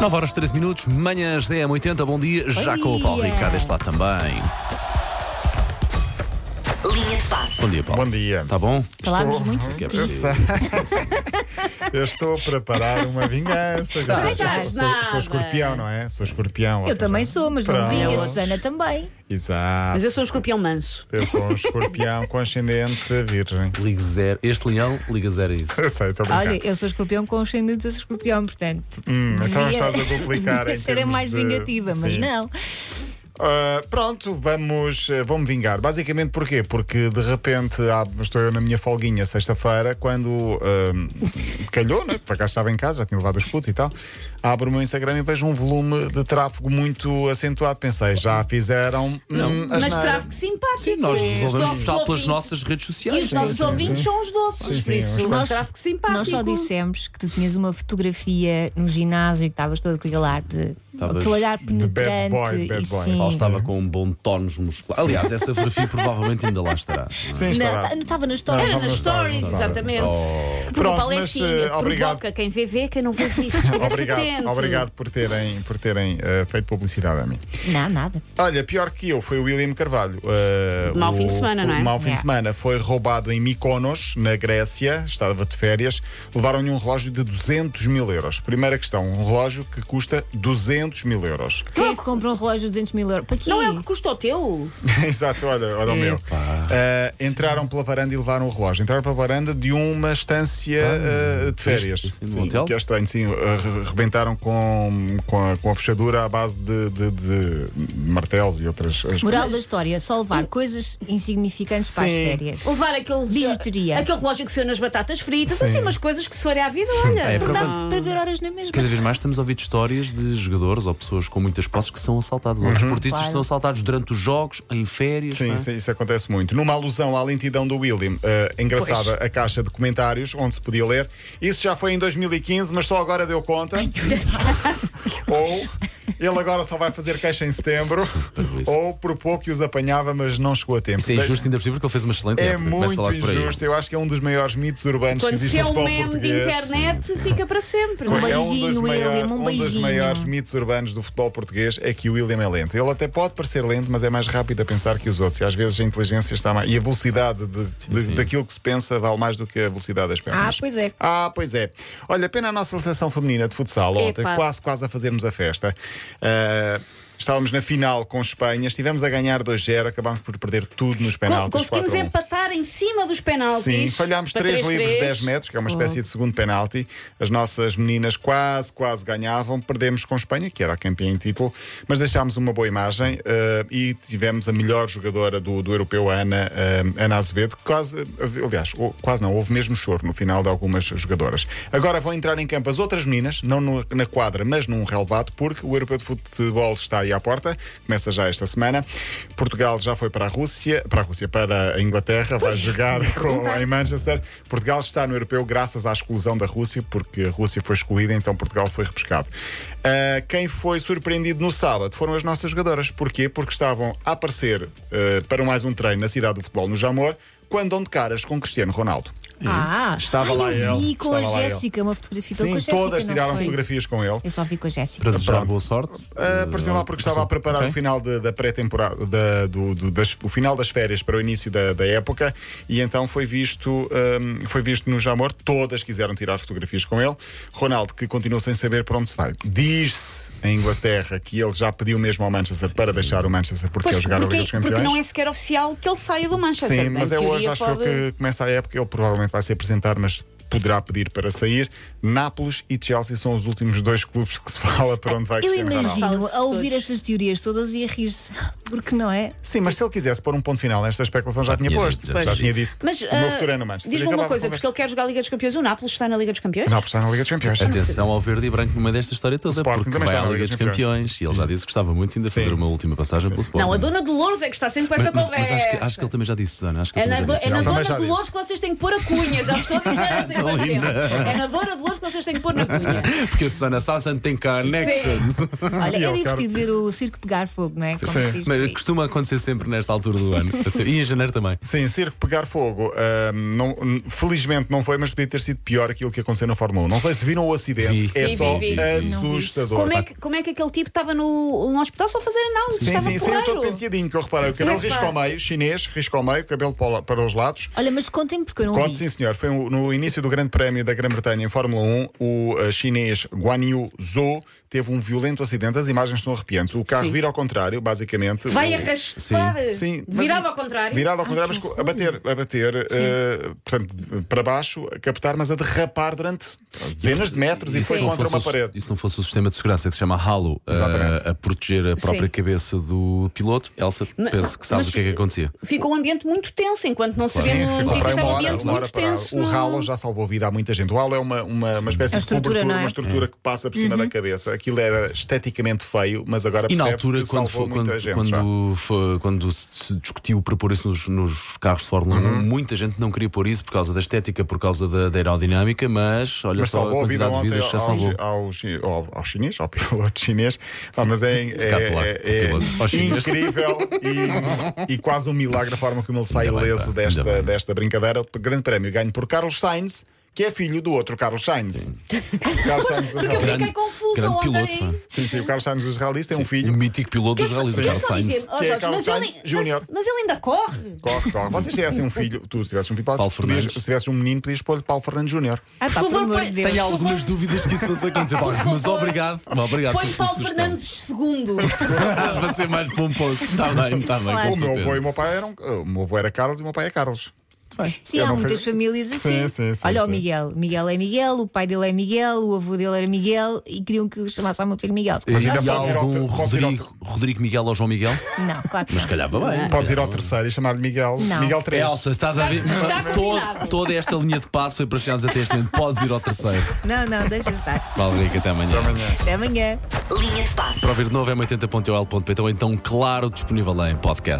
9 horas 13 minutos, manhãs DM80, bom dia, já com o Paulo dia. Ricardo deste lado também. Linha de passe. Bom dia, Paulo. Bom dia. Está bom? Falámos Estou- muito de Que é ti. preciso. Eu estou a preparar uma vingança. Estás. Eu sou, Não sou, sou, sou escorpião, não é? Sou escorpião. ou Eu seja, também sou, mas não Pronto. vinha, a Susana também. Exato. Mas eu sou um escorpião manso. Eu sou um escorpião com ascendente virgem. Ligue zero. Este leão liga zero a isso. Eu sei, estou a brincar. Olha, eu sou escorpião com ascendente de escorpião, portanto. Hum, então devia- estás a duplicar. em devia ser a termos mais de- vingativa, mas Sim. não. Ah, pronto, vamos, eh, vou-me vingar. Basicamente porquê? Porque de repente ah, estou eu na minha folguinha sexta-feira, quando ah, calhou, né? por acaso estava em casa, já tinha levado os putos e tal. Abro o meu Instagram e vejo um volume de tráfego muito acentuado. Pensei, já fizeram. hum, Mas asneira. tráfico simpático. Sim, nós resolvemos Só os votar pelas ouvintes. nossas redes E sociais. os nossos ouvintes são os doces. Sim, Por sim, uns isso, um quantos. tráfico simpático. Nós só dissemos que tu tinhas uma fotografia no ginásio e que estavas todo com aquele ar de. Estavas aquele olhar bad penetrante. boy, bad e boy. sim. Paulo estava com um bom tónus muscular. Aliás, essa fotografia provavelmente ainda lá estará. Sim, Não, estará. não estava nas histórias. Era Não, é nas não stories, estava, não estava. exatamente. Oh. Porque Pronto, o Paulo é mas, assim, eh, provoca obrigado. quem vê vê, quem não vê vê. Chega Obrigado, obrigado por terem, por terem ah, feito publicidade a mim. Não, nada. Olha, pior que eu foi o William Carvalho. Uh, Mau o- fim de semana, não é? Mau fim É. de semana. Foi roubado em Mykonos, na Grécia, estava de férias. Levaram-lhe um relógio de 200 mil euros. Primeira questão, um relógio que custa 200 mil euros. Quem é que compra um relógio de 200 mil euros? Para quê? Não é o que custa o teu. Exato, olha, olha o meu. Uh, entraram pela varanda e levaram o relógio. Entraram pela varanda de uma Ah, estância uh, de férias. triste, sim, no um Sim, hotel? que é estranho, sim. uh, re- Rebentaram com, com, a, com a fechadura à base de, de- de martelos e outras. as- Moral da história, só levar coisas insignificantes para as Sim. férias. Levar aquele, Bijuteria. aquele relógio que saiu nas batatas fritas, Sim. assim umas coisas que se forem à vida, olha. É, para- Dá para ver horas na mesma. Cada vez mais estamos a ouvir histórias de jogadores ou pessoas com muitas posses que são assaltados. Ou desportistas Claro. que são assaltados durante os jogos, em férias. Sim, não é? isso, isso acontece muito. Numa alusão à lentidão do William, eh, engraçada a caixa de comentários onde se podia ler. Isso já foi em 2015, mas só agora deu conta. Ou ele agora só vai fazer queixa em setembro. Parvoíce. Ou por pouco que os apanhava, mas não chegou a tempo. Isso é injusto, ainda por cima, porque ele fez uma excelente É época. né? Começa muito logo por aí. injusto. Eu acho que é um dos maiores mitos urbanos Quando que existe se é no um futebol meme de português. internet, fica para sempre. Um não é? É beijinho, dos William, maiores- um dos beijinho. maiores mitos urbanos do futebol português é que o William é lento. Ele até pode parecer lento, mas é mais rápido a pensar que os outros. E às vezes a inteligência está mais. E a velocidade de, de- sim. daquilo que se pensa vale mais do que a velocidade das pernas. Ah, pois é. Ah, pois é. Olha, pena a nossa seleção feminina de futsal ontem, Epá. quase, quase a fazermos a festa. Ah, estávamos na final com Espanha, estivemos a ganhar 2-0, acabámos por perder tudo nos Co- penaltis. Conseguimos 4-1. empatar em cima dos penaltis. Sim, falhámos Para 3 livros de 10 3-3. metros, que é uma espécie de segundo penalti. As nossas meninas quase, quase ganhavam. Perdemos com Espanha, que era a campeã em título, mas deixámos uma boa imagem eh, e tivemos a melhor jogadora do, do europeu, a Ana, eh, Ana Azevedo. que Quase, aliás, ou- quase não, houve mesmo choro no final de algumas jogadoras. Agora vão entrar em campo as outras meninas, não no- na quadra, mas num relevado, porque o europeu de futebol está aí à porta, começa já esta semana. Portugal já foi para a Rússia, para a Rússia, para a Inglaterra, vai jogar com, em Manchester. Portugal está no europeu graças à exclusão da Rússia, porque a Rússia foi excluída, então Portugal foi repescado. Ah, quem foi surpreendido no sábado foram as nossas jogadoras. Porquê? Porque estavam a aparecer ah, para mais um treino na cidade do futebol, no Jamor, quando dão de caras com Cristiano Ronaldo. Ah, Estava ai, lá eu vi ele, com estava lá a ele. Jéssica, uma fotografia Sim, com a Jéssica. todas não tiraram foi? fotografias com ele. Eu só vi com a Jéssica. Para desejar Pronto. boa sorte. Uh, por exemplo, lá porque estava a preparar Ok. o final de- da pré-temporada, da- do, do- das- o final das férias para o início da, da época, e então foi visto, um, foi visto no Jamor. Todas quiseram tirar fotografias com ele. Ronaldo, que continua sem saber para onde se vai, diz-se em Inglaterra que ele já pediu mesmo ao Manchester para deixar o Manchester porque Pois, ele jogar a porque, Liga dos porque Campeões. não é sequer oficial que ele saia do Manchester. Sim, Em mas é hoje, teoria acho pode- eu, que começa a época. Ele provavelmente vai se apresentar, mas poderá pedir para sair. Nápoles e Chelsea são os últimos dois clubes que se fala para onde vai Eu Cristiano Ronaldo. imagino Fala-se a ouvir todos. essas teorias todas e a rir-se, porque não é? Sim, mas se ele quisesse pôr um ponto final nesta especulação, já, tinha tinha posto. dito, já tinha tinha dito. Mas, o meu ah, futuro é no Manchester. Diz-me uma Acabava coisa, a porque conversa. ele quer jogar a Liga dos Campeões. O Nápoles está na Liga dos Campeões? Não, porque está na Liga dos Campeões. Atenção ao verde e branco no meio desta história toda, Sporting porque também vai está à na Liga dos Campeões e ele já disse que gostava muito de ainda fazer uma última passagem pelo Sporting. Não, a Dona Dolores é que está sempre com essa mas, mas conversa. acho, que, acho que ele também já disse, Susana. Acho que É ele na, também já é disse. na Não, também Dona já disse. Dolores que vocês têm que pôr a cunha. Já estou a dizer essa Coisa linda. É na Dora de Lourdes que vocês têm que pôr na cunha. Porque a Susana Sassan tem connections. Olha, E é eu quero- divertido ver o circo pegar fogo, não é? Como Sim. se diz por Mas aí. costuma acontecer sempre nesta altura do ano. E em janeiro também. Sim, circo pegar fogo. ah, não- n- felizmente não foi, mas podia ter sido pior aquilo que aconteceu na Fórmula 1. Não sei se viram o acidente, Vi. é Vi, só vi, vi. Não vi. assustador. Como é, que, como é que aquele tipo estava no, no hospital só a fazer análise? Sim, estava sim, sim, eu porreiro. estou penteadinho, que eu reparei. O cabelo repara. risco ao meio, chinês, risco ao meio, cabelo para o- para os lados. Olha, mas contem-me porque eu não Conte, vi. sim, senhor. Foi o- no início do Grande Prémio da Grã-Bretanha em Fórmula 1, o eh, chinês Guan Yu Zhou teve um violento acidente. As imagens são arrepiantes. O carro Sim. vira ao contrário, basicamente. Vai O- arrastar. Sim, mas- Virava ao contrário. Virava ao contrário, que mas co- a horror. bater, a bater eh, portanto, para baixo, a captar, mas a derrapar durante dezenas de metros e Isso foi não contra fosse uma o sis- parede. E se não fosse o sistema de segurança que se chama Halo eh, Exatamente. a, a proteger a própria Sim. cabeça do piloto, Elsa, Ma- penso que sabes mas- o que é que acontecia. Fica um ambiente muito tenso, enquanto não se Claro. vê Sim, no ficou notícias. para É um uma hora, ambiente uma muito tenso. é? O no- ralo já salvou vida a muita gente. O ralo é uma, uma, uma espécie É de uma estrutura, cobertura, não é? uma estrutura que passa por cima da cabeça. Aquilo era esteticamente feio, mas agora E na percebe-se altura, que quando, salvou foi- muita quando- gente. já. quando, foi- quando se discutiu propor isso nos, nos carros de Fórmula Uhum. 1, muita gente não queria pôr isso por causa da estética, por causa da, da aerodinâmica, mas olha Mas só a salvou a vida quantidade de ontem vidas que já salvou. aos, aos, chi- ao, ao chinês, ao piloto chinês. Ah, mas é, é, Cadillac, é- é piloto. Ao chinês. incrível e, e quase um milagre a forma como ele sai Ainda bem, ileso pá, ainda desta, bem. desta brincadeira. O grande prémio ganho por Carlos Sainz, que é filho do outro Carlos Sainz. Carlos Sainz dos Porque eu Rallies. fiquei confusa grande ontem. piloto, pá. Sim, sim, o Carlos Sainz dos Rallies tem um O filho. mítico piloto dos rallies, o Quer Carlos só dizer, Sainz. ó, Que é Jorge, Carlos mas ele- Sainz Júnior. mas- Mas ele ainda corre. Corre, corre. Vocês tivessem um filho, tu se tivesse um filho, Paulo podias- Fernandes. se tivesse um menino, podias pôr-lhe Paulo Fernandes Júnior. Ah, pá, Por por favor, amor de põe- Deus. Tenho algumas dúvidas que isso fosse acontecer, Paulo, mas obrigado. Obrigado Põe pela tua Paulo sugestão. Fernandes segundo. Vai ser mais pomposo. Está Tá bem, está bem. Claro. com O meu certeza. avô e o meu pai eram. O meu avô era Carlos e o meu pai é Carlos. Sim, Eu há não muitas fiz- famílias assim. Sim, sim, sim, Olha, o sim. Miguel. Miguel é Miguel, o pai dele é Miguel, o avô dele era Miguel e queriam que o chamasse ao meu filho Miguel. E ainda Ou há seja, pode ir ao- algum pode ir ao- Rodrigo, Rodrigo Miguel ou João Miguel? Não, claro que Mas não. calhava bem. Podes ir ao terceiro e chamar-lhe Miguel. Não. Miguel 3. Elsa, estás a ver? Está- está Todo- combinado. toda esta linha de passo foi para chegarmos até este momento. Podes ir ao terceiro. Não, não, deixa estar. Vale, Rico, até amanhã. Até amanhã. Linha de passe. Para ouvir de novo é 80.ol.pt ou então, claro, disponível em podcast.